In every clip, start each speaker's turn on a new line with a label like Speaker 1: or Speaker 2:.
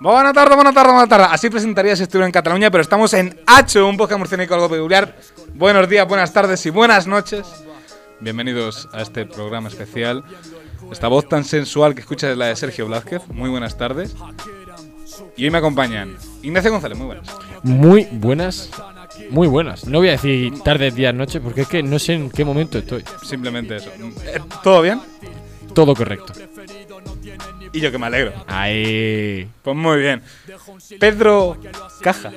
Speaker 1: Buenas tardes, buenas tardes, buenas tardes. Así presentaría si estuviera en Cataluña, pero estamos en H, un podcast murciánico algo peculiar. Buenos días, buenas tardes y buenas noches. Bienvenidos a este programa especial. Esta voz tan sensual que escuchas es la de Sergio Blázquez. Muy buenas tardes. Y hoy me acompañan Ignacio González, muy buenas.
Speaker 2: Muy buenas. Muy buenas. No voy a decir tardes, días, noches, porque es que no sé en qué momento estoy.
Speaker 1: Simplemente eso. Eh, ¿Todo bien?
Speaker 2: Todo correcto.
Speaker 1: Y yo que me alegro.
Speaker 2: Ahí.
Speaker 1: Pues muy bien. Pedro Caja,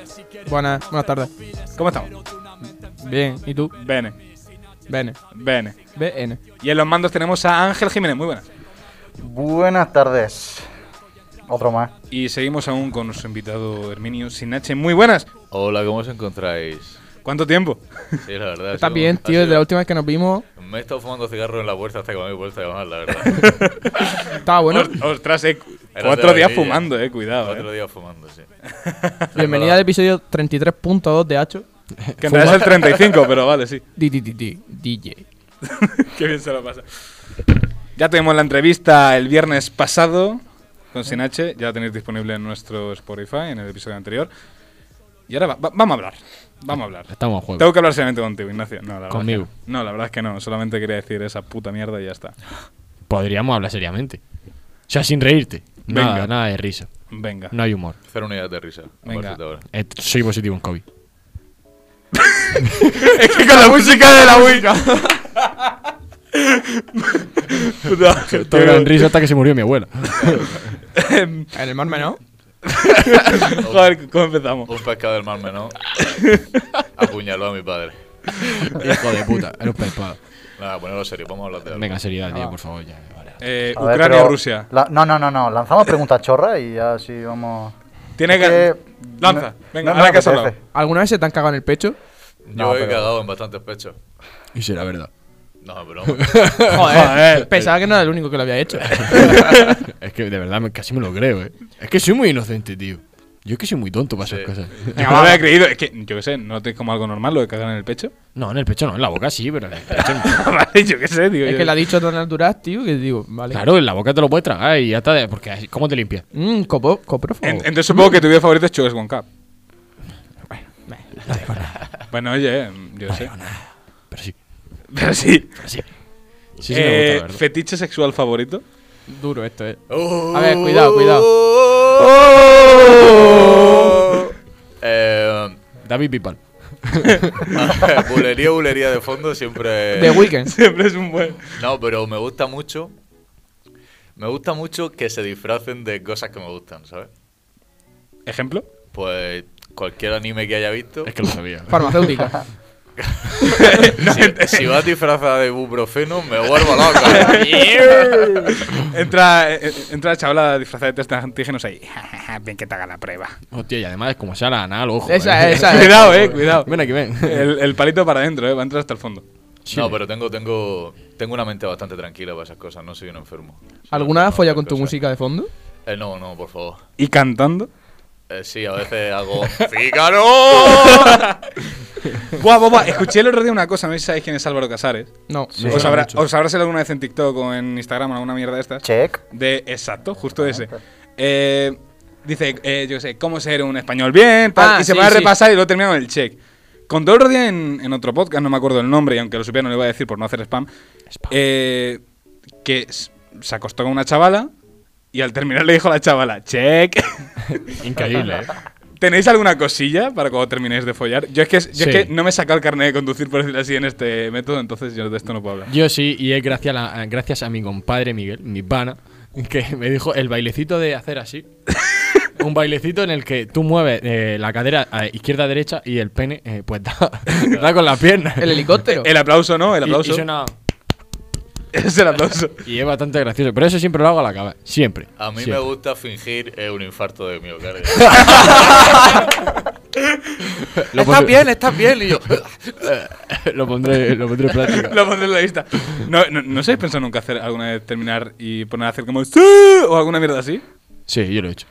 Speaker 3: Buenas, buenas tardes.
Speaker 1: ¿cómo estamos?
Speaker 3: Bien, ¿y tú?
Speaker 1: Bene,
Speaker 3: BN.
Speaker 1: bene.
Speaker 3: BN.
Speaker 1: Y en los mandos tenemos a Ángel Jiménez, muy buenas.
Speaker 4: Buenas tardes. Otro más.
Speaker 1: Y seguimos aún con nuestro invitado Herminio Sinache, muy buenas.
Speaker 5: Hola, ¿cómo os encontráis?
Speaker 1: ¿Cuánto tiempo?
Speaker 5: Sí, la verdad. ha
Speaker 3: Estás
Speaker 5: sido-
Speaker 3: bien,
Speaker 5: ha
Speaker 3: tío, desde
Speaker 5: sido-
Speaker 3: la última vez que nos vimos.
Speaker 5: Me he estado fumando cigarros en la puerta hasta que me he vuelto a llamar, la verdad.
Speaker 3: Estaba bueno.
Speaker 1: Ost- Ostras, eh, cu-
Speaker 5: Era
Speaker 1: cuatro
Speaker 5: de la
Speaker 1: días
Speaker 5: orilla.
Speaker 1: fumando, eh, cuidado. eh.
Speaker 5: Otro día fumando, sí.
Speaker 3: Bienvenida al episodio 33.2 de Hacho.
Speaker 1: Que en realidad es el 35, pero vale, sí.
Speaker 3: Di, di, di, di, DJ.
Speaker 1: Qué bien se lo pasa. Ya tuvimos la entrevista el viernes pasado con Sinache. Ya la tenéis disponible en nuestro Spotify, en el episodio anterior. Y ahora va- va- vamos a hablar. Vamos a hablar.
Speaker 2: Estamos a juego.
Speaker 1: Tengo que hablar seriamente contigo, Ignacio. No, la verdad
Speaker 2: Conmigo.
Speaker 1: es que no. No, la verdad es que no. Solamente quería decir esa puta mierda y ya está.
Speaker 2: Podríamos hablar seriamente. O sea, sin reírte. Nada,
Speaker 1: Venga.
Speaker 2: nada de risa.
Speaker 1: Venga.
Speaker 2: No hay humor.
Speaker 5: Cero unidades de risa. a
Speaker 1: Venga.
Speaker 5: partir de ahora.
Speaker 2: Eh, Soy positivo en COVID.
Speaker 1: Es que con la música de la Wicca. Puta,
Speaker 2: Todo era en risa hasta que se murió mi abuela.
Speaker 3: En el mar menor.
Speaker 1: Joder, ¿cómo empezamos?
Speaker 5: Un pescado del mar menor apuñaló a mi padre.
Speaker 2: Hijo de puta. Era un Ah. pez espada.
Speaker 5: Nada, ponerlo serio, vamos a hablar de algo.
Speaker 2: Venga, seriedad, tío, por favor. Ya, vale.
Speaker 1: Eh,
Speaker 4: A ver,
Speaker 1: Ucrania,
Speaker 4: pero
Speaker 1: Rusia.
Speaker 4: la- no, no, no, no. Lanzamos preguntas chorras y ya sí vamos.
Speaker 1: Tiene
Speaker 4: Es
Speaker 1: que.
Speaker 4: que-
Speaker 1: Lanza.
Speaker 4: no-
Speaker 1: Venga,
Speaker 4: no
Speaker 1: ahora
Speaker 4: me
Speaker 1: que has hablado.
Speaker 4: apetece.
Speaker 3: ¿Alguna vez se te han cagado en el pecho?
Speaker 5: Yo
Speaker 4: No,
Speaker 5: he
Speaker 4: pero-
Speaker 5: cagado en bastantes pechos.
Speaker 2: Y será verdad.
Speaker 5: No, broma.
Speaker 1: Joder.
Speaker 3: Pensaba que no era el único que lo había hecho.
Speaker 2: es que de verdad me- casi me lo creo, eh. Es que soy muy inocente, tío. Yo es que soy muy tonto para esas
Speaker 5: Sí.
Speaker 2: cosas.
Speaker 1: Venga, me lo había creído. Es que, yo qué sé, ¿no te es como algo normal lo de cagar en el pecho?
Speaker 2: No, en el pecho no, en la boca sí, pero en el pecho no.
Speaker 1: vale, yo qué sé, digo.
Speaker 3: es
Speaker 1: yo.
Speaker 3: que le ha dicho Donald Duraz, tío, que digo, vale.
Speaker 2: Claro, en la boca te lo puedes tragar y hasta de. Porque así- ¿cómo te limpias?
Speaker 3: Mmm, copo, coprófago.
Speaker 1: En- entonces supongo que tu video favorito es Chugues One Cup. Bueno, oye, eh, yo sé.
Speaker 2: Pero sí,
Speaker 1: Pero sí.
Speaker 2: pero sí. Sí, sí, me
Speaker 1: Eh,
Speaker 2: gusta, la verdad.
Speaker 1: ¿Fetiche sexual favorito?
Speaker 3: Duro esto, eh.
Speaker 5: Oh.
Speaker 3: A ver, cuidado, cuidado.
Speaker 5: ¡Oh! Eh,
Speaker 2: David Pipal.
Speaker 5: bulería, bulería de fondo siempre.
Speaker 3: The Weeknd.
Speaker 1: Siempre es un buen.
Speaker 5: No, pero me gusta mucho. Me gusta mucho que se disfracen de cosas que me gustan, ¿sabes?
Speaker 1: ¿Ejemplo?
Speaker 5: Pues cualquier anime que haya visto.
Speaker 2: Es que lo sabía.
Speaker 3: Farmacéutica.
Speaker 5: Si, si vas disfrazada de buprofeno, me vuelvo
Speaker 2: Ah,
Speaker 5: loco.
Speaker 1: Entra, eh, entra la chavala disfrazada de test de antígenos ahí. Bien que te haga la prueba.
Speaker 2: Hostia, y además es como sala anal, ojo.
Speaker 3: Esa
Speaker 2: eh.
Speaker 3: es, esa es.
Speaker 1: Cuidado, eh, cuidado.
Speaker 2: Ven aquí, ven.
Speaker 1: El, el palito para adentro, eh, va a entrar hasta el fondo.
Speaker 2: Sí.
Speaker 5: no, pero tengo, tengo, tengo una mente bastante tranquila para esas cosas. No soy un enfermo. Soy un
Speaker 3: ¿Alguna
Speaker 5: enfermo
Speaker 3: folla
Speaker 5: de
Speaker 3: con tu
Speaker 5: cosas.
Speaker 3: música de fondo?
Speaker 5: Eh, no, no, por favor.
Speaker 1: ¿Y cantando?
Speaker 5: Eh, sí, a veces hago. ¡Fícaro!
Speaker 1: Buah, buah, buah. Escuché el otro día una cosa, no sé si sabéis quién es Álvaro Casares.
Speaker 3: No.
Speaker 4: Sí.
Speaker 1: Os,
Speaker 2: suena
Speaker 1: habrá,
Speaker 2: mucho.
Speaker 1: os habrá salido alguna vez en TikTok o en Instagram o alguna mierda de estas.
Speaker 4: Check.
Speaker 1: De, exacto, justo de ese. Eh, dice, eh, yo qué sé, cómo ser un español bien, tal,
Speaker 3: Ah,
Speaker 1: y se
Speaker 3: sí,
Speaker 1: va a
Speaker 3: sí.
Speaker 1: repasar y luego termina con el check. Contó el otro día en, en otro podcast, no me acuerdo el nombre, y aunque lo supiera no le iba a decir por no hacer spam,
Speaker 2: Spam.
Speaker 1: eh, que s- se acostó con una chavala y al terminar le dijo a la chavala, check.
Speaker 2: Increíble, eh.
Speaker 1: ¿Tenéis alguna cosilla para cuando terminéis de follar? Yo es que, yo es
Speaker 2: Sí.
Speaker 1: que no me he sacado el carnet de conducir, por decirlo así, en este método, entonces yo de esto no puedo hablar.
Speaker 2: Yo sí, y es gracias a, la- gracias a mi compadre Miguel, mi pana, que me dijo el bailecito de hacer así. Un bailecito en el que tú mueves eh, la cadera a izquierda-derecha y el pene, eh, pues da, da con la pierna.
Speaker 3: El helicóptero.
Speaker 1: El aplauso, ¿no? El
Speaker 2: Y-
Speaker 1: aplauso.
Speaker 2: Y, suena-
Speaker 1: Es el aplauso.
Speaker 2: y es bastante gracioso. Pero eso siempre lo hago a la cabeza. Siempre.
Speaker 5: A mí me
Speaker 2: siempre.
Speaker 5: gusta fingir eh, un infarto de miocardio.
Speaker 2: Lo
Speaker 5: estás
Speaker 2: pondré-
Speaker 5: bien, estás bien. Y yo.
Speaker 2: lo pondré, lo pondré en práctica.
Speaker 1: Lo pondré en la lista. No, no, ¿no os habéis pensado nunca hacer alguna vez terminar y poner a hacer como ¡Sí! o alguna mierda así?
Speaker 2: Sí, yo lo he hecho.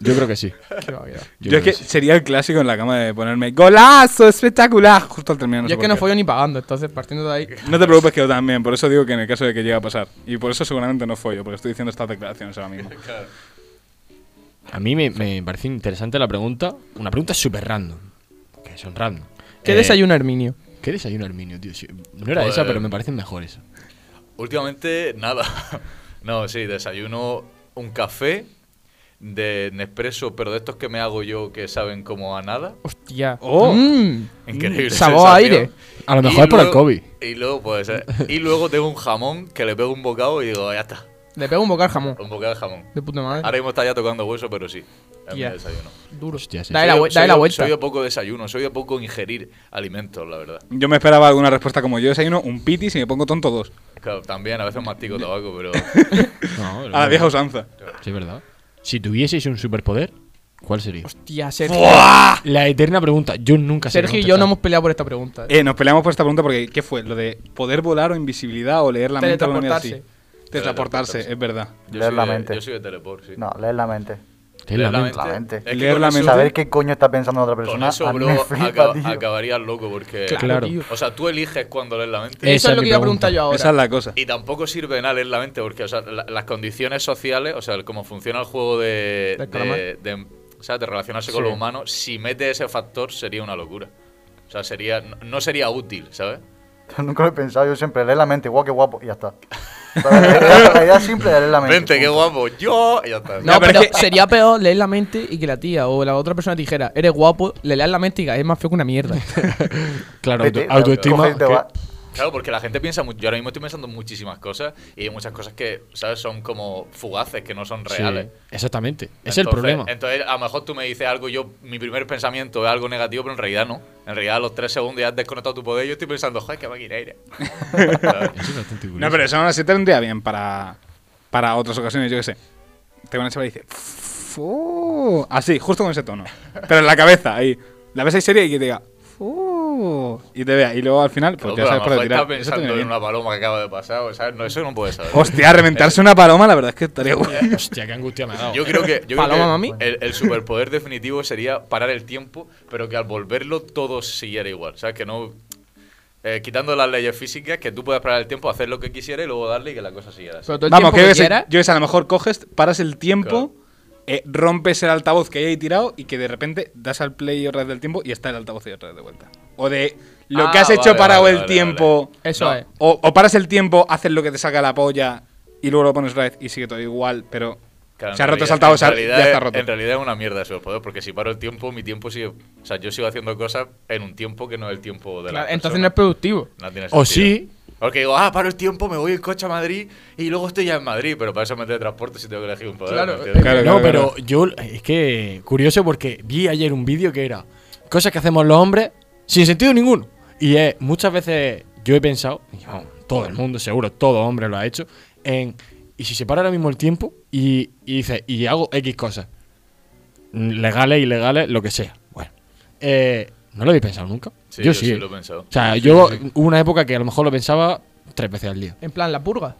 Speaker 2: yo creo que sí.
Speaker 3: Qué va, qué va.
Speaker 1: Yo,
Speaker 2: creo
Speaker 1: es que
Speaker 2: sí.
Speaker 1: sería el clásico en la cama de ponerme ¡Golazo! ¡Espectacular! Justo al terminar.
Speaker 3: Yo
Speaker 1: sé
Speaker 3: es que
Speaker 1: por
Speaker 3: no
Speaker 1: qué.
Speaker 3: follo ni pagando, entonces partiendo de ahí.
Speaker 1: No te preocupes que yo también, por eso digo que en el caso de que llegue a pasar. Y por eso seguramente no follo, porque estoy diciendo estas declaraciones ahora mismo.
Speaker 2: A mí me, me parece interesante la pregunta. Una pregunta súper random. Que son random.
Speaker 3: ¿Qué
Speaker 2: Eh,
Speaker 3: desayuna Herminio?
Speaker 2: ¿Qué desayuno Herminio, tío? Sí, No era
Speaker 5: Joder.
Speaker 2: esa, pero me parecen mejores.
Speaker 5: Últimamente, nada. No, sí, desayuno un café de Nespresso, pero de estos que me hago yo que saben como a nada.
Speaker 3: Hostia.
Speaker 1: Oh.
Speaker 3: Mm.
Speaker 5: Increíble.
Speaker 3: Sabor a
Speaker 5: sensación.
Speaker 3: aire.
Speaker 2: A lo
Speaker 5: Y
Speaker 2: mejor es por el
Speaker 5: luego-
Speaker 2: COVID.
Speaker 5: Y luego, puede ser. Y luego tengo un jamón que le pego un bocado y digo, "Ah, ya está.
Speaker 3: Le pego un bocado al jamón.
Speaker 5: Un bocado de jamón.
Speaker 3: De puta madre.
Speaker 5: Ahora mismo está ya tocando hueso, pero sí. Es
Speaker 3: Ya.
Speaker 5: mi desayuno.
Speaker 3: Duro.
Speaker 2: Hostia, sí.
Speaker 3: Dale la,
Speaker 5: Soy-
Speaker 3: vue- dale
Speaker 5: soy
Speaker 3: la
Speaker 5: de-
Speaker 3: vuelta.
Speaker 5: Soy de poco desayuno, soy de poco ingerir alimentos, la verdad.
Speaker 1: Yo me esperaba alguna respuesta como yo desayuno un piti si me pongo tonto dos.
Speaker 5: Claro, también a veces mastico tabaco, pero
Speaker 2: No, pero
Speaker 1: A la
Speaker 2: bueno,
Speaker 1: Ah, vieja usanza.
Speaker 2: Sí, es verdad. Si tuvieseis un superpoder, ¿cuál sería? Ah,
Speaker 3: Hostia, Sergio.
Speaker 2: La eterna pregunta. Yo nunca sé.
Speaker 3: Sergio y yo no hemos peleado por esta pregunta. eh.
Speaker 1: Eh, nos peleamos por esta pregunta porque ¿qué fue? ¿Lo de poder volar o invisibilidad o leer la mente? o una mierda así? Teletransportarse, es verdad.
Speaker 5: yo,
Speaker 4: Leer
Speaker 5: soy
Speaker 4: la
Speaker 5: de,
Speaker 4: mente.
Speaker 5: yo soy de teleport, sí.
Speaker 4: No, leer la mente.
Speaker 5: Leer
Speaker 2: la mente.
Speaker 4: La mente.
Speaker 5: Es que
Speaker 1: Leer
Speaker 5: con
Speaker 1: la
Speaker 5: eso-
Speaker 1: mente.
Speaker 4: Saber qué coño está pensando otra
Speaker 5: Con
Speaker 4: persona.
Speaker 5: eso,
Speaker 4: a mí
Speaker 5: bro,
Speaker 4: me flipa,
Speaker 5: acaba-
Speaker 4: tío.
Speaker 5: acabarías loco porque...
Speaker 2: claro.
Speaker 3: tío.
Speaker 5: O sea, tú eliges cuando lees la mente.
Speaker 2: Eh.
Speaker 3: Eso
Speaker 2: Esa
Speaker 3: es
Speaker 2: es
Speaker 3: lo
Speaker 2: mi
Speaker 3: que iba a preguntar
Speaker 2: pregunta.
Speaker 3: yo ahora.
Speaker 1: Esa es la cosa.
Speaker 5: Y tampoco sirve de nada leer la mente porque o sea, la- las condiciones sociales, o sea, el- cómo funciona el juego de...
Speaker 3: Del calamar.
Speaker 5: de, de- o sea, de relacionarse con
Speaker 2: Sí.
Speaker 5: los humanos, si mete ese factor sería una locura. O sea, sería, no- no sería útil, ¿sabes?
Speaker 4: Nunca lo he pensado, yo siempre leer la mente, guau, qué guapo, y ya está. La idea- la idea simple de leer la mente.
Speaker 5: Vente, qué
Speaker 4: punto.
Speaker 5: guapo. Yo. Y ya está.
Speaker 3: No,
Speaker 1: Ya, pero
Speaker 3: pero
Speaker 1: es que-
Speaker 3: sería peor leer la mente y que la tía o la otra persona te dijera, eres guapo, le leas la mente y digas, es más feo que una mierda.
Speaker 2: Claro,
Speaker 4: Vete,
Speaker 2: auto- autoestima.
Speaker 4: coge y te va.
Speaker 2: que-
Speaker 5: Claro, porque la gente piensa mucho. Yo ahora mismo estoy pensando en muchísimas cosas y hay muchas cosas que, ¿sabes? Son como fugaces, que no son
Speaker 2: sí,
Speaker 5: reales.
Speaker 2: exactamente. Es el
Speaker 5: Entonces-
Speaker 2: problema.
Speaker 5: Entonces, a lo mejor tú me dices algo, yo, mi primer pensamiento es algo negativo, pero en realidad no. En realidad, a los tres segundos ya has desconectado tu poder y yo estoy pensando, joder, qué máquina eres. Claro.
Speaker 2: Eso es bastante curioso.
Speaker 1: No, pero eso aún así te vendría bien para, para otras ocasiones, yo qué sé. Te van a chaval y dice. "Fu". Así, justo con ese tono. Pero en la cabeza, ahí. La ves ahí seria y que te diga. "Fu", Y te vea. Y luego al final, pues
Speaker 5: No,
Speaker 1: ya
Speaker 5: pero a
Speaker 1: sabes
Speaker 5: lo
Speaker 1: por dónde
Speaker 5: mejor
Speaker 1: tirar.
Speaker 5: estás
Speaker 1: Eso te
Speaker 5: pensando
Speaker 1: viene
Speaker 5: en
Speaker 1: bien.
Speaker 5: una paloma que acaba de pasar, o ¿sabes? No, eso no puedes saber.
Speaker 1: Hostia, reventarse una paloma, la verdad es que estaría guay.
Speaker 2: Hostia, qué angustia me ha dado.
Speaker 5: Yo creo que, yo creo
Speaker 3: Paloma,
Speaker 5: que
Speaker 3: mami.
Speaker 5: El, el superpoder definitivo sería parar el tiempo, pero que al volverlo todo siguiera igual. ¿Sabes? Que no. eh, quitando las leyes físicas, que tú puedas parar el tiempo, hacer lo que quisieras y luego darle y que la cosa siguiera así.
Speaker 3: Pero todo el
Speaker 1: Vamos,
Speaker 3: tiempo
Speaker 1: que yo
Speaker 3: que
Speaker 1: qué sé,
Speaker 3: quieras.
Speaker 1: yo qué sé, a lo mejor coges, paras el tiempo, eh, rompes el altavoz que hay ahí tirado y que de repente das al play otra vez del tiempo y está el altavoz ahí otra vez de vuelta. O de lo que
Speaker 5: Ah,
Speaker 1: has hecho
Speaker 5: vale,
Speaker 1: parado
Speaker 5: vale,
Speaker 1: el
Speaker 5: vale,
Speaker 1: tiempo.
Speaker 5: vale.
Speaker 3: Eso
Speaker 5: No.
Speaker 3: es.
Speaker 1: O, o paras el tiempo, haces lo que te saca la polla y luego lo pones otra vez y sigue todo igual, pero
Speaker 5: Claro, en
Speaker 1: se ha roto,
Speaker 5: realidad-
Speaker 1: saltado,
Speaker 5: en
Speaker 1: se ha-
Speaker 5: realidad
Speaker 1: ya
Speaker 5: es-
Speaker 1: está roto.
Speaker 5: En realidad es una mierda eso, poder, porque si paro el tiempo, mi tiempo sigue. O sea, yo sigo haciendo cosas en un tiempo que no es el tiempo de la.
Speaker 3: Claro, entonces no es productivo.
Speaker 5: tiene
Speaker 2: O
Speaker 5: sentido.
Speaker 2: sí.
Speaker 5: Porque digo, ah, paro el tiempo, me voy en coche a Madrid y luego estoy ya en Madrid, pero para eso me transporte si tengo que elegir un poder.
Speaker 3: Claro, eh,
Speaker 5: ¿me entiendes?
Speaker 1: Claro,
Speaker 2: no,
Speaker 1: claro,
Speaker 2: pero yo. Es que. Curioso porque vi ayer un vídeo que era. Cosas que hacemos los hombres sin sentido ninguno. Y es. Muchas veces yo he pensado. y vamos, todo el mundo, seguro, todo hombre lo ha hecho. En. Y si se para ahora mismo el tiempo y, y dices. Y hago X cosas. mm, Legales, ilegales, lo que sea. Bueno. Eh, no lo habéis pensado nunca.
Speaker 5: Sí,
Speaker 2: yo,
Speaker 5: yo
Speaker 2: sí.
Speaker 5: sí
Speaker 2: eh.
Speaker 5: lo he pensado.
Speaker 2: O sea, yo. Hubo una época que a lo mejor lo pensaba tres veces al día.
Speaker 3: En plan, la purga.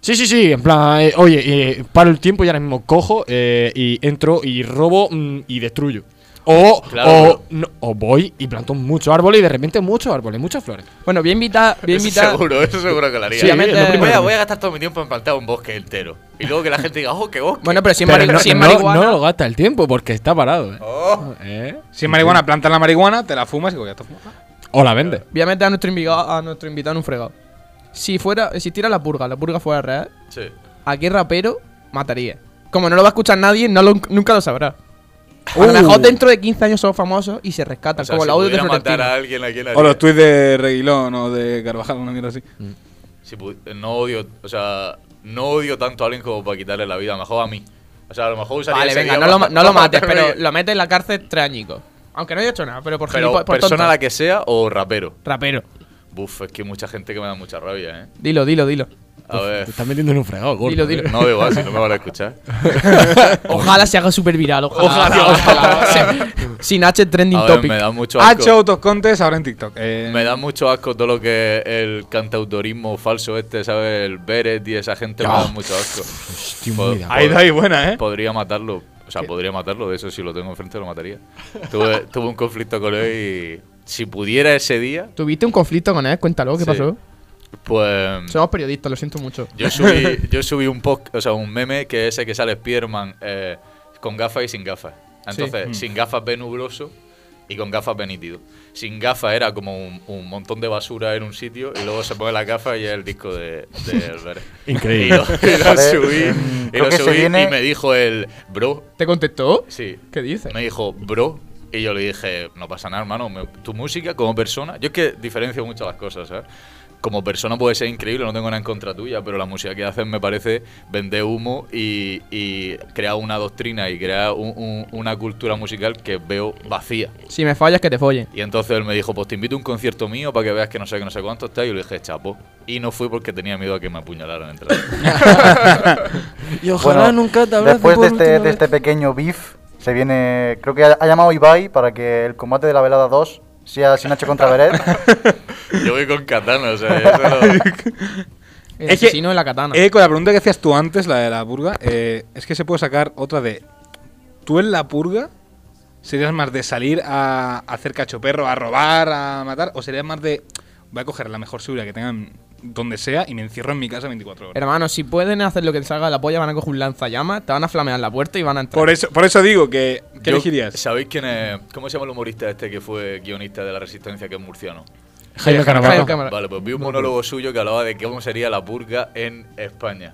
Speaker 2: Sí, sí, sí, en plan, eh, oye, eh, paro el tiempo y ahora mismo cojo eh, y entro y robo mm, y destruyo. O,
Speaker 5: Claro,
Speaker 2: o, no, o voy y planto muchos árboles y de repente muchos árboles, muchas flores.
Speaker 3: Bueno, voy a invitar. Voy a
Speaker 5: Eso
Speaker 3: invitar-
Speaker 5: seguro, eso seguro que lo haría.
Speaker 3: Sí, a mí-
Speaker 2: es lo
Speaker 3: eh,
Speaker 5: voy,
Speaker 2: primero
Speaker 5: a,
Speaker 2: que-
Speaker 5: voy a gastar todo mi tiempo en plantar un bosque entero. Y luego que la gente diga, oh, qué bosque.
Speaker 3: Bueno, pero si es,
Speaker 2: Pero
Speaker 3: mari-
Speaker 2: no,
Speaker 3: si es
Speaker 2: no-
Speaker 3: marihuana.
Speaker 2: no lo gasta el tiempo porque está parado. ¿eh?
Speaker 5: Oh.
Speaker 2: ¿Eh?
Speaker 1: Si es marihuana, plantas la marihuana, te la fumas y digo, ya está fumada.
Speaker 2: O la vende.
Speaker 3: Voy a meter a nuestro, invitado, a nuestro invitado en un fregado. Si fuera, existiera la purga, la purga fuera real,
Speaker 5: Sí.
Speaker 3: ¿a qué rapero mataría? Como no lo va a escuchar nadie, no lo- nunca lo sabrá. A
Speaker 1: Uh.
Speaker 3: lo mejor dentro de 15 años son famosos y se rescatan,
Speaker 5: O sea,
Speaker 3: como
Speaker 5: si
Speaker 3: el audio de
Speaker 5: pudiera matar a
Speaker 3: Florentino.
Speaker 5: alguien aquí
Speaker 1: O los tweets de Reguilón o de Carvajal, una mierda así.
Speaker 5: Si pu- no odio, o sea, no odio tanto a alguien como para quitarle la vida, a lo mejor a mí. O sea, a lo mejor usaría
Speaker 3: Vale,
Speaker 5: ese
Speaker 3: venga,
Speaker 5: día
Speaker 3: no lo, ma-
Speaker 5: para-
Speaker 3: no lo
Speaker 5: para
Speaker 3: mates,
Speaker 5: matarme.
Speaker 3: pero lo metes en la cárcel tres añicos. Aunque no haya hecho nada, pero por
Speaker 5: Pero
Speaker 3: gilipo- por
Speaker 5: persona
Speaker 3: tonto.
Speaker 5: la que sea o rapero.
Speaker 3: Rapero.
Speaker 5: Buf, es que hay mucha gente que me da mucha rabia, ¿eh?
Speaker 3: Dilo, dilo, dilo.
Speaker 5: A ver.
Speaker 2: Te estás metiendo en un fregado, gordo. eh,
Speaker 3: Dilo, dilo.
Speaker 5: No, da igual, si no me van a escuchar.
Speaker 3: Ojalá se haga super viral. Ojalá. ojalá. Se- Sin H trending
Speaker 5: A ver,
Speaker 3: topic. Ah,
Speaker 5: me da mucho
Speaker 1: Ha hecho
Speaker 5: asco.
Speaker 1: autocontes ahora en TikTok. eh,
Speaker 5: Me da mucho asco todo lo que es el cantautorismo falso este, ¿sabes? El Beret y esa gente me
Speaker 2: Ah.
Speaker 5: da mucho asco.
Speaker 2: Hostia,
Speaker 5: Pod-
Speaker 2: muy de
Speaker 1: Ha ido ahí buena, ¿eh?
Speaker 5: Podría matarlo. O sea, podría matarlo. De eso, si lo tengo enfrente, lo mataría. Tuve, tuve un conflicto con él y si pudiera ese día,
Speaker 3: ¿Tuviste un conflicto con él? Cuéntalo, ¿qué
Speaker 5: Sí. Mm.
Speaker 3: pasó?
Speaker 5: pues.
Speaker 3: Somos periodistas, lo siento mucho.
Speaker 5: Yo subí, yo subí un post, o sea, un meme que es ese que sale Spiderman eh, con gafas y sin gafas.
Speaker 3: Sí.
Speaker 5: Entonces, sin gafas ve nubloso y con gafas ve nítido. Sin gafas era como un, un montón de basura en un sitio y luego se pone las gafas y es el disco de, de Elber. Y
Speaker 2: Increíble.
Speaker 5: lo, y lo
Speaker 4: Joder,
Speaker 5: subí, y
Speaker 4: Mm, creo
Speaker 5: lo
Speaker 4: que se
Speaker 5: subí
Speaker 4: viene-
Speaker 5: y me dijo el bro,
Speaker 3: ¿Te contestó?
Speaker 5: sí,
Speaker 3: ¿Qué dices?
Speaker 5: me dijo bro y yo le dije, no pasa nada hermano, me- tu música como persona, yo es que diferencio mucho las cosas, ¿sabes? Como persona puede ser increíble, no tengo nada en contra tuya, pero la música que haces me parece vender humo y, y crear una doctrina y crear un- un- una cultura musical que veo vacía.
Speaker 3: Si me fallas, que te follen.
Speaker 5: Y entonces él me dijo, pues te invito a un concierto mío para que veas que no sé qué, no sé cuánto está. Y yo le dije, chapo. Y no fui porque tenía miedo a que me apuñalaran entre
Speaker 6: Y ojalá
Speaker 4: Bueno,
Speaker 6: nunca te abrace
Speaker 4: Después
Speaker 6: por
Speaker 4: de este,
Speaker 6: última
Speaker 4: de
Speaker 6: vez.
Speaker 4: este pequeño beef, se viene. Creo que ha, ha llamado Ibai para que el combate de la velada 2 sea Sinacho contra Beret.
Speaker 5: Yo voy con katana, o sea, yo solo-
Speaker 3: El
Speaker 1: Es que-
Speaker 3: asesino de la katana.
Speaker 1: Eh, con la pregunta que hacías tú antes, la de la purga, eh, es que se puede sacar otra de. ¿Tú en la purga serías más de salir a hacer cachoperro, a robar, a matar? ¿O serías más de. Voy a coger la mejor seguridad que tengan donde sea y me encierro en mi casa 24 horas?
Speaker 3: Hermano, si pueden hacer lo que te salga de la polla, van a coger un lanzallamas, te van a flamear la puerta y van a entrar.
Speaker 1: Por eso, por eso digo que. ¿Qué
Speaker 5: Yo-
Speaker 1: elegirías?
Speaker 5: ¿Sabéis quién es? ¿Cómo se llama el humorista este que fue guionista de la Resistencia que es murciano?
Speaker 2: Jaime
Speaker 3: Jaime
Speaker 2: Caravaca.
Speaker 3: Cámara.
Speaker 5: Vale, pues vi un monólogo suyo que hablaba de cómo sería la purga en España.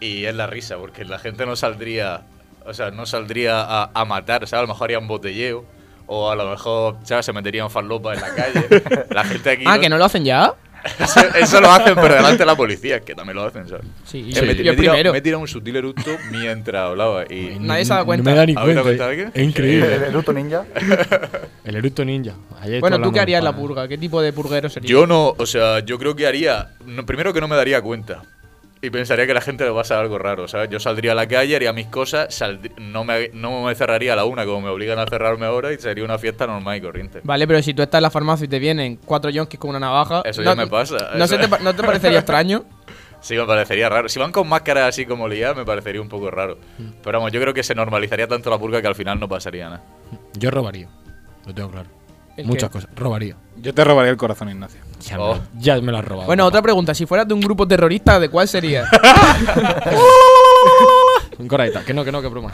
Speaker 5: Y es la risa, porque la gente no saldría, o sea, no saldría a, a matar, ¿sabes? A lo mejor harían botelleo, o a lo mejor, ¿sabes? Se meterían farlopa en la calle. La gente aquí.
Speaker 3: Ah, ¿que no lo hacen ya?
Speaker 5: Eso, eso lo hacen, pero delante de la policía, que también lo hacen, ¿sabes?
Speaker 3: Sí,
Speaker 5: Eh,
Speaker 3: yo el
Speaker 5: me, me he tirado-
Speaker 3: primero.
Speaker 5: me he tirado un sutil eructo mientras hablaba. Y
Speaker 3: Nadie se ha dado cuenta.
Speaker 2: No me da ni
Speaker 5: ¿Habéis dado
Speaker 2: cuenta.
Speaker 5: cuenta de qué?
Speaker 2: Es
Speaker 4: El
Speaker 2: increíble. eh.
Speaker 4: eruto ninja.
Speaker 2: El eructo ninja. Ayer
Speaker 3: Bueno,
Speaker 2: estuve
Speaker 3: ¿tú
Speaker 2: hablando
Speaker 3: qué harías en la
Speaker 2: con-
Speaker 3: purga? ¿Qué tipo de purguero serías?
Speaker 5: yo no, o sea, yo creo que haría. no- primero que no me daría cuenta. Y pensaría que la gente le pasa algo raro, ¿sabes? Yo saldría a la calle, haría mis cosas, saldr- no, me, no me cerraría a la una como me obligan a cerrarme ahora y sería una fiesta normal y corriente.
Speaker 3: Vale, pero si tú estás en la farmacia y te vienen cuatro yonkis con una navaja.
Speaker 5: Eso ya me pasa,
Speaker 3: ¿no,
Speaker 5: eso
Speaker 3: se te,
Speaker 5: es.
Speaker 3: pa- ¿No te parecería extraño?
Speaker 5: Sí, me parecería raro. Si van con máscaras así como liadas, me parecería un poco raro.
Speaker 3: Mm.
Speaker 5: Pero vamos, yo creo que se normalizaría tanto la purga que al final no pasaría nada.
Speaker 2: Yo robaría. Lo tengo claro.
Speaker 3: ¿El
Speaker 2: Muchas
Speaker 3: qué?
Speaker 2: cosas. Robaría.
Speaker 1: Yo te robaría el corazón, Ignacio.
Speaker 2: Ya,
Speaker 5: Oh.
Speaker 2: me, lo- ya me lo has robado.
Speaker 3: Bueno,
Speaker 2: papá.
Speaker 3: otra pregunta. Si fueras de un grupo terrorista, ¿de cuál sería?
Speaker 2: Correcta. Que no, que no, que broma.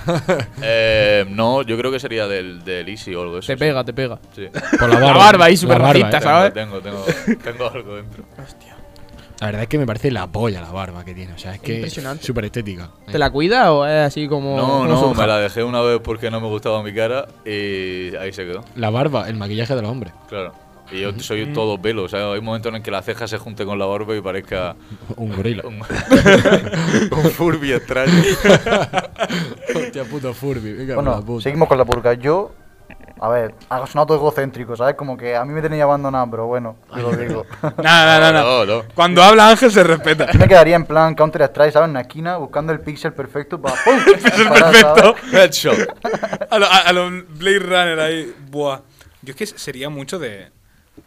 Speaker 5: Eh, no, yo creo que sería del, del Easy o algo de eso.
Speaker 3: te
Speaker 5: sí.
Speaker 3: pega, te pega.
Speaker 5: Sí.
Speaker 2: Por la barba.
Speaker 3: barba ahí, súper
Speaker 2: La barba,
Speaker 3: racista,
Speaker 2: eh.
Speaker 3: ¿sabes?
Speaker 5: Tengo, tengo, tengo, tengo algo dentro.
Speaker 2: La verdad es que me parece la polla la barba que tiene. O sea, es que.
Speaker 3: Impresionante.
Speaker 2: Súper estética.
Speaker 3: ¿Te la cuida o es así como.?
Speaker 5: No,
Speaker 3: como
Speaker 5: no,
Speaker 3: surja?
Speaker 5: me la dejé una vez porque no me gustaba mi cara y ahí se quedó,
Speaker 2: La barba, el maquillaje de los hombres.
Speaker 5: claro. Y yo soy todo pelo, o sea, hay momentos en el que la ceja se junte con la barba y parezca
Speaker 2: Un gorila.
Speaker 5: un, un Furby extraño.
Speaker 2: Hostia, puto Furby. Venga, la
Speaker 4: Bueno,
Speaker 2: puta.
Speaker 4: seguimos con la purga. Yo, a ver, ha sonado todo egocéntrico, ¿sabes? Como que a mí me tenía abandonado, pero bueno, te lo digo.
Speaker 1: Nada, nada, nada.
Speaker 5: No, no.
Speaker 1: Cuando habla Ángel se respeta.
Speaker 4: Yo me quedaría en plan Counter-Strike, ¿sabes? En la esquina, buscando el pixel perfecto para. ¡Pum!
Speaker 1: Pixel
Speaker 4: Disparar, ¿sabes?
Speaker 5: Oh,
Speaker 1: perfecto.
Speaker 5: Headshot.
Speaker 1: A los Blade Runner ahí. Buah. Yo es que sería mucho de,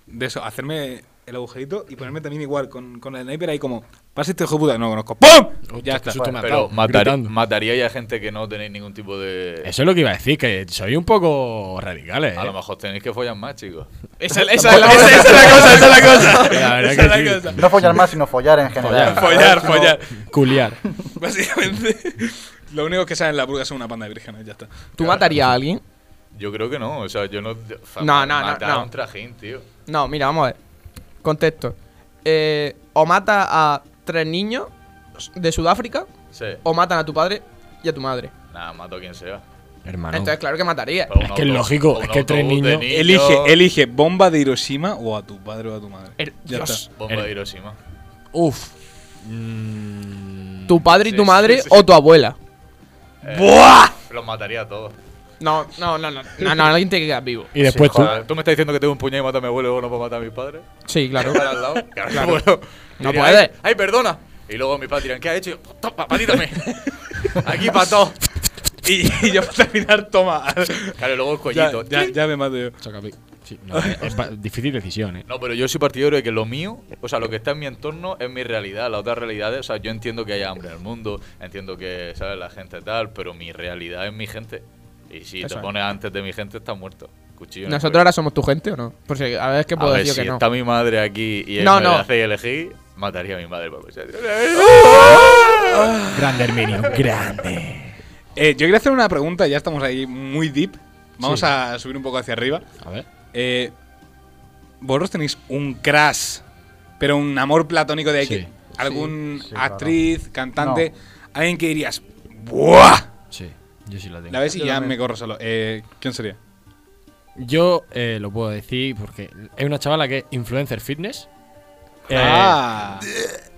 Speaker 1: de eso, hacerme el agujerito y ponerme también igual con, con el sniper ahí como, pasa este hijo de puta que no lo conozco. ¡Pum!
Speaker 2: Hostia,
Speaker 1: Ya
Speaker 2: qué
Speaker 1: está.
Speaker 2: susto me ha
Speaker 5: Pero
Speaker 2: dado,
Speaker 5: matar,
Speaker 2: gritando.
Speaker 5: mataría ya a gente que no tenéis ningún tipo de...
Speaker 2: Eso es lo que iba a decir, que soy un poco radical, eh.
Speaker 5: A lo mejor tenéis que follar más, chicos.
Speaker 3: Esa, esa es la
Speaker 1: Esa, esa es la cosa, esa es la cosa.
Speaker 2: La verdad
Speaker 1: Esa es
Speaker 2: que
Speaker 1: la
Speaker 2: sí.
Speaker 1: cosa.
Speaker 4: No follar más, sino follar en general.
Speaker 1: Follar, follar.
Speaker 2: Culiar.
Speaker 1: Básicamente, lo único que saben en la purga son una panda de vírgenes, ya está.
Speaker 3: ¿Tú matarías a alguien?
Speaker 5: Yo creo que no, o sea, yo no... fa-
Speaker 3: No, no, no,
Speaker 5: matar
Speaker 3: no.
Speaker 5: a un trajín, tío.
Speaker 3: No, mira, vamos a ver. Contexto. Eh, o mata a tres niños de Sudáfrica,
Speaker 5: Sí.
Speaker 3: o matan a tu padre y a tu madre.
Speaker 5: Nada, mato a quien sea.
Speaker 2: Hermano.
Speaker 3: Entonces, claro que mataría.
Speaker 5: Pero un
Speaker 2: Es que es
Speaker 5: auto-
Speaker 2: lógico,
Speaker 5: un
Speaker 2: es que tres
Speaker 5: autobús de
Speaker 2: niños-
Speaker 1: Elige, elige bomba de Hiroshima o a tu padre o a tu madre.
Speaker 3: El-
Speaker 1: ya
Speaker 3: Dios.
Speaker 1: está.
Speaker 5: Bomba de Hiroshima.
Speaker 2: Uf. Mm,
Speaker 3: Tu padre y
Speaker 5: Sí,
Speaker 3: tu
Speaker 5: sí,
Speaker 3: madre
Speaker 5: sí, sí.
Speaker 3: o tu abuela.
Speaker 5: Eh, Los mataría a todos.
Speaker 3: No, no, no, no. No, no, alguien tiene que quedar vivo.
Speaker 2: y después tú.
Speaker 5: Joder, ¿Tú me estás diciendo que tengo un puñal y mato a mi abuelo y luego no puedo matar a mis padres?
Speaker 3: Sí, claro.
Speaker 5: Para al lado. Claro, bueno.
Speaker 3: No
Speaker 5: Diría,
Speaker 3: puede.
Speaker 5: Ay, ay, perdona. Y luego mis padres dirán, ¿qué has hecho? Y yo, "Toma, patítame. Aquí para todo.
Speaker 1: Y, y yo para terminar, toma.
Speaker 5: Claro, y luego el
Speaker 1: Ya,
Speaker 5: cuellito.
Speaker 1: ya, ya me mato yo.
Speaker 2: Chacapi. Sí, no, es, es pa- difícil decisión, eh.
Speaker 5: No, pero yo soy partidario de que lo mío, o sea, lo que está en mi entorno es mi realidad. Las otras realidades, o sea, yo entiendo que hay hambre en el mundo, entiendo que, ¿sabes? La gente tal, pero mi realidad es mi gente. Y si
Speaker 3: Eso
Speaker 5: te
Speaker 3: es.
Speaker 5: pones antes de mi gente, estás muerto. Cuchillo. en el
Speaker 3: ¿Nosotros
Speaker 5: cuello.
Speaker 3: ahora somos tu gente o no? Por si a ver es que
Speaker 5: A
Speaker 3: puedo
Speaker 5: ver,
Speaker 3: decir
Speaker 5: si
Speaker 3: que no.
Speaker 5: está mi madre aquí y
Speaker 3: No,
Speaker 5: no, me
Speaker 3: no.
Speaker 5: la hace elegir, mataría a mi madre. por cochillo.
Speaker 2: Grande, Herminio. Grande.
Speaker 1: Eh, yo quería hacer una pregunta, ya estamos ahí muy deep. Vamos a subir un poco hacia arriba.
Speaker 2: A ver.
Speaker 1: Eh, vosotros tenéis un crush, pero un amor platónico de
Speaker 2: Sí.
Speaker 1: que- algún
Speaker 4: Sí, sí, claro.
Speaker 1: actriz, cantante, alguien que dirías, ¡buah!
Speaker 2: Sí, yo sí la tengo.
Speaker 1: La ves y
Speaker 4: Yo
Speaker 1: ya
Speaker 4: también.
Speaker 1: me corro solo. Eh, ¿Quién sería?
Speaker 2: Yo eh, lo puedo decir porque es una chavala que es influencer fitness. Eh,
Speaker 1: Ah,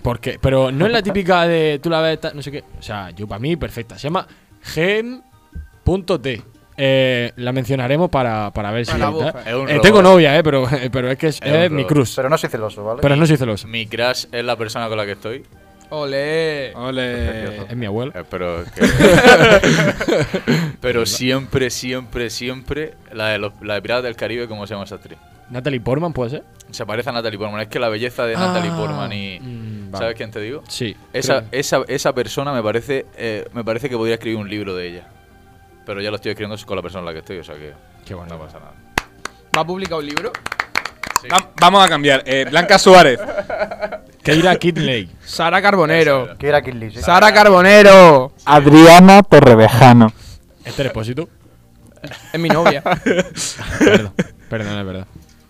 Speaker 2: Porque, pero no es la típica de tú la ves, tal, no sé qué. O sea, yo para mí, perfecta. Se llama gem.t. Eh, la mencionaremos para, para ver si.
Speaker 3: Para vos,
Speaker 2: tal.
Speaker 5: Es un
Speaker 2: Eh,
Speaker 5: robot.
Speaker 2: tengo novia, eh, pero, pero es que es,
Speaker 5: un
Speaker 2: es mi
Speaker 5: robot.
Speaker 2: cruz.
Speaker 4: Pero no soy celoso, ¿vale?
Speaker 2: Pero no soy celoso.
Speaker 5: Mi crush es la persona con la que estoy.
Speaker 3: Ole.
Speaker 1: ole.
Speaker 2: Es mi abuelo.
Speaker 5: Eh, Pero, que- pero siempre, siempre, siempre la de, los- la de Piratas del Caribe, ¿cómo se llama esa actriz?
Speaker 2: Natalie Portman, ¿puede ser?
Speaker 5: Se parece a Natalie Portman. Es que la belleza de
Speaker 2: Ah,
Speaker 5: Natalie Portman y.
Speaker 2: mm, vale.
Speaker 5: ¿Sabes quién te digo?
Speaker 2: Sí.
Speaker 5: Esa,
Speaker 2: creo que-
Speaker 5: esa, esa persona me parece, eh, me parece que podría escribir un libro de ella. Pero ya lo estoy escribiendo con la persona en la que estoy, o sea que
Speaker 2: Qué bueno.
Speaker 5: no pasa nada.
Speaker 3: ¿Va a publicar un libro?
Speaker 1: Va- vamos a cambiar. Eh, Blanca Suárez.
Speaker 2: Keira Kidley.
Speaker 3: Sara Carbonero.
Speaker 4: Que era Kinley, sí.
Speaker 3: Sara Carbonero.
Speaker 7: Adriana Torrevejano.
Speaker 2: Este expósito.
Speaker 3: Es mi novia.
Speaker 2: Perdón, perdón, es verdad.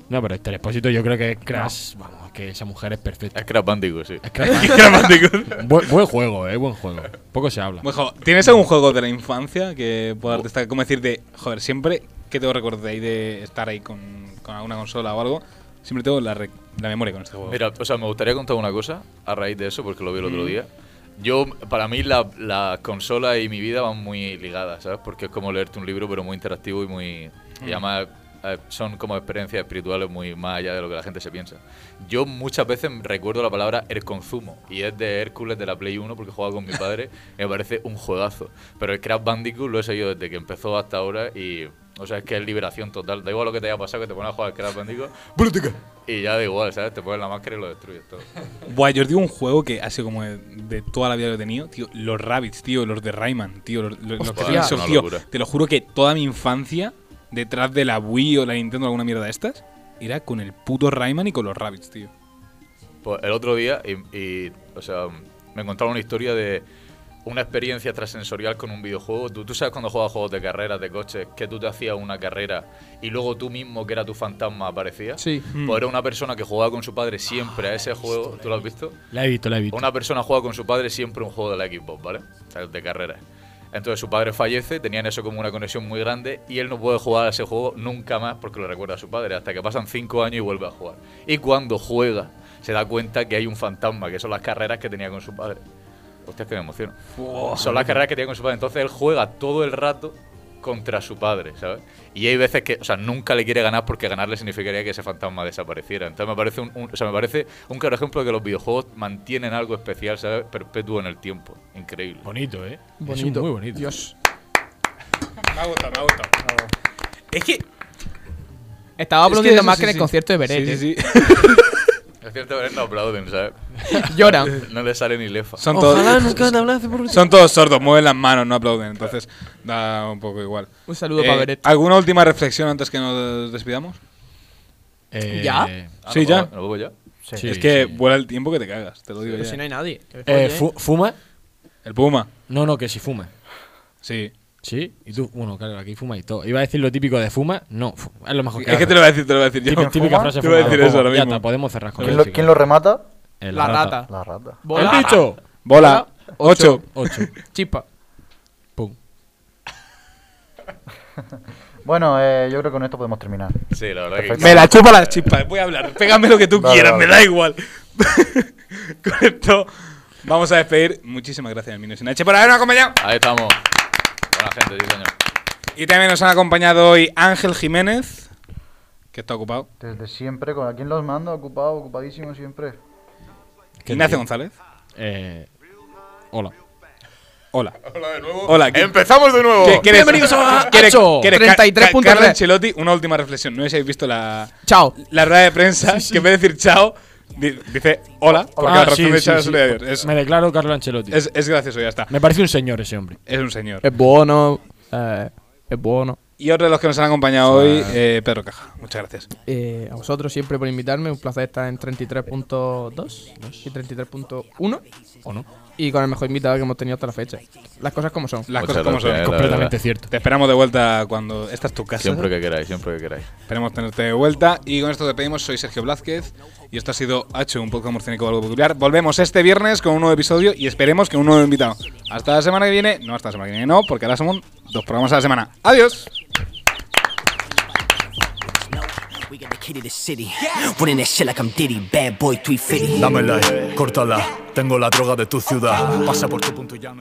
Speaker 2: No, pero este expósito yo creo que es Crash. Vamos, que esa mujer es perfecta.
Speaker 5: Es Crash Bandicoot, sí.
Speaker 2: Es Crash. buen, buen juego, eh, buen juego. Poco se habla.
Speaker 1: Bueno, jo, ¿Tienes algún juego de la infancia que puedas destacar? Como decir de, joder, siempre que tengo recuerdo de ahí de estar ahí con, con alguna consola o algo, siempre tengo la, re- la memoria con este juego.
Speaker 5: Mira, o sea, me gustaría contar una cosa a raíz de eso, porque lo vi el otro día. Yo, para mí, la, la consola y mi vida van muy ligadas, ¿sabes? Porque es como leerte un libro, pero muy interactivo y muy. Y además, eh, son como experiencias espirituales muy más allá de lo que la gente se piensa. Yo muchas veces recuerdo la palabra el consumo, y es de Hércules de la Play 1, porque jugaba con mi padre, y me parece un juegazo. Pero el Crash Bandicoot lo he seguido desde que empezó hasta ahora, y. O sea, es que es liberación total. Da igual lo que te haya pasado, que te pones a jugar al Crash Bandicoot. Y ya da igual, ¿sabes? Te pones la máscara y lo destruyes todo.
Speaker 1: Buah, yo os digo un juego que ha sido como de, de toda la vida lo he tenido, tío. Los Rabbits, tío, los de Rayman, tío. Los, los- los que son
Speaker 5: Hostia.
Speaker 1: esos,
Speaker 5: Una
Speaker 1: tío.
Speaker 5: locura.
Speaker 1: Te lo juro que toda mi infancia, detrás de la Wii o la Nintendo o alguna mierda de estas, era con el puto Rayman y con los Rabbits, tío.
Speaker 5: Pues el otro día, y, y, o sea, me encontraba una historia de una experiencia transensorial con un videojuego. Tú, tú sabes cuando juegas juegos de carreras, de coches, que tú te hacías una carrera y luego tú mismo, que era tu fantasma, aparecía.
Speaker 3: Sí.
Speaker 5: Pues era una persona que jugaba con su padre siempre a ese juego. ¿Tú lo has visto?
Speaker 2: La he visto, la he visto.
Speaker 5: Una persona juega con su padre siempre un juego de la Xbox, ¿vale? O sea, de carreras. Entonces su padre fallece, tenían eso como una conexión muy grande y él no puede jugar a ese juego nunca más porque lo recuerda a su padre, hasta que pasan cinco años y vuelve a jugar. Y cuando juega, se da cuenta que hay un fantasma, que son las carreras que tenía con su padre. Hostia, que me emociono. Son las carreras que tiene con su padre. Entonces él juega todo el rato contra su padre, ¿sabes? Y hay veces que, o sea, nunca le quiere ganar porque ganarle significaría que ese fantasma desapareciera. Entonces me parece un, un- o sea, me parece un claro ejemplo de que los videojuegos mantienen algo especial, ¿sabes? Perpetuo en el tiempo. Increíble.
Speaker 2: Bonito, eh. Es un
Speaker 3: Bonito.
Speaker 2: muy bonito.
Speaker 3: Dios.
Speaker 1: Me ha gustado, me ha gustado. Es que.
Speaker 3: Estaba
Speaker 1: es
Speaker 3: aplaudiendo
Speaker 1: eso
Speaker 3: más
Speaker 1: sí,
Speaker 3: que en el
Speaker 1: sí.
Speaker 3: concierto de Beret.
Speaker 1: Sí,
Speaker 3: eh.
Speaker 1: sí, sí.
Speaker 5: Es cierto que no aplauden, ¿sabes?
Speaker 3: Lloran.
Speaker 5: No le sale ni lefa.
Speaker 1: Son
Speaker 6: Ojalá
Speaker 1: todos.
Speaker 6: nunca te hablase por
Speaker 1: Son todos sordos, mueven las manos, no aplauden, entonces da un poco igual.
Speaker 3: Un saludo
Speaker 1: Eh,
Speaker 3: para Beret.
Speaker 1: ¿Alguna última reflexión antes que nos despidamos?
Speaker 2: Eh,
Speaker 3: ¿Ya?
Speaker 2: eh,
Speaker 5: Ah,
Speaker 1: Sí,
Speaker 5: ¿no
Speaker 1: ya.
Speaker 5: puedo- ¿No puedo ya?
Speaker 4: Sí.
Speaker 2: Sí.
Speaker 1: es que vuela el tiempo que te cagas, te lo digo
Speaker 3: Pero
Speaker 1: ya.
Speaker 3: si no hay nadie.
Speaker 2: eh,
Speaker 3: Oye,
Speaker 2: fu- ¿Fuma?
Speaker 1: El Puma,
Speaker 2: No, no, que si fuma.
Speaker 1: sí.
Speaker 2: ¿Sí? Y tú, bueno, claro, aquí fuma y todo. Iba a decir lo típico de fuma. No, fu- es lo mejor que
Speaker 1: Es que
Speaker 2: hago.
Speaker 1: te lo voy a decir, te lo voy a decir yo.
Speaker 2: Típica, típica
Speaker 4: ¿Fuma?
Speaker 2: frase
Speaker 1: Te voy a
Speaker 2: fuma,
Speaker 1: decir
Speaker 2: lo
Speaker 1: eso
Speaker 2: pongo.
Speaker 1: ahora
Speaker 2: Ya
Speaker 1: mismo.
Speaker 2: está, pues. podemos cerrar con
Speaker 4: ¿Quién
Speaker 2: eso,
Speaker 4: lo,
Speaker 2: si
Speaker 4: quién lo remata?
Speaker 2: quieres. El
Speaker 3: La rata.
Speaker 4: La rata.
Speaker 3: Bola.
Speaker 2: ¿El bicho?
Speaker 1: Bola, 8.
Speaker 2: Ocho.
Speaker 3: Chispa.
Speaker 2: Pum.
Speaker 4: Bueno, eh, yo creo que con esto podemos terminar.
Speaker 5: Sí, la verdad
Speaker 4: Perfecto.
Speaker 5: que.
Speaker 1: Me la chupa la chispa, voy a hablar. Pégame lo que tú
Speaker 4: Vale,
Speaker 1: quieras,
Speaker 4: vale.
Speaker 1: me da igual. Con esto vamos a despedir. Muchísimas gracias al Mino sin H por habernos acompañado.
Speaker 5: Ahí estamos. Buena gente, sí, señor.
Speaker 1: Y también nos han acompañado hoy Ángel Jiménez, que está ocupado.
Speaker 4: Desde siempre, ¿con a quién los mando? Ocupado, ocupadísimo siempre.
Speaker 2: Qué
Speaker 1: Ignacio
Speaker 2: tío.
Speaker 1: González.
Speaker 2: Eh, hola.
Speaker 1: Hola. Hola de nuevo. Hola. ¿qué-
Speaker 5: Empezamos de nuevo.
Speaker 1: qué- quieres-
Speaker 3: Bienvenidos a
Speaker 1: quieres-
Speaker 3: Hacho,
Speaker 1: quieres Ca-
Speaker 3: 33.3.
Speaker 1: Ca- Carlo Ancelotti, una última reflexión. No sé si habéis visto la,
Speaker 3: Chao.
Speaker 1: la rueda de prensa, que en vez de decir chao, di- dice hola, porque la
Speaker 2: Ah,
Speaker 1: razón
Speaker 2: sí,
Speaker 1: de
Speaker 2: sí,
Speaker 1: chao es
Speaker 2: sí.
Speaker 1: lo de adiós. Es-
Speaker 2: Me declaro Carlo Ancelotti.
Speaker 1: Es, es gracioso, ya está.
Speaker 2: Me parece un señor ese hombre.
Speaker 1: Es un señor.
Speaker 3: Es bueno. eh, es bueno.
Speaker 1: Y otro de los que nos han acompañado hoy, eh, Pedro Caja. Muchas gracias.
Speaker 3: Eh, a vosotros siempre por invitarme, un placer estar en 33.2 y 33.1
Speaker 2: ¿O no?
Speaker 3: y con el mejor invitado que hemos tenido hasta la fecha. Las cosas como son.
Speaker 1: Las
Speaker 5: Muchas
Speaker 1: cosas como son.
Speaker 5: gracias, la
Speaker 2: Completamente cierto.
Speaker 1: Te esperamos de vuelta cuando. Esta es tu casa.
Speaker 5: Siempre que queráis, siempre que queráis.
Speaker 1: Esperemos tenerte de vuelta. Y con esto te pedimos, soy Sergio Blázquez. Y esto ha sido H, un podcast murciénico algo peculiar. Volvemos este viernes con un nuevo episodio y esperemos que un nuevo invitado. Hasta la semana que viene. No, hasta la semana que viene no, porque ahora somos dos programas a la semana. ¡Adiós!
Speaker 8: We got the key to the city. Running that shit like I'm Diddy, bad boy 350.
Speaker 9: Dámela, córtala. Tengo la droga de tu ciudad. Pasa por tu punto y llame.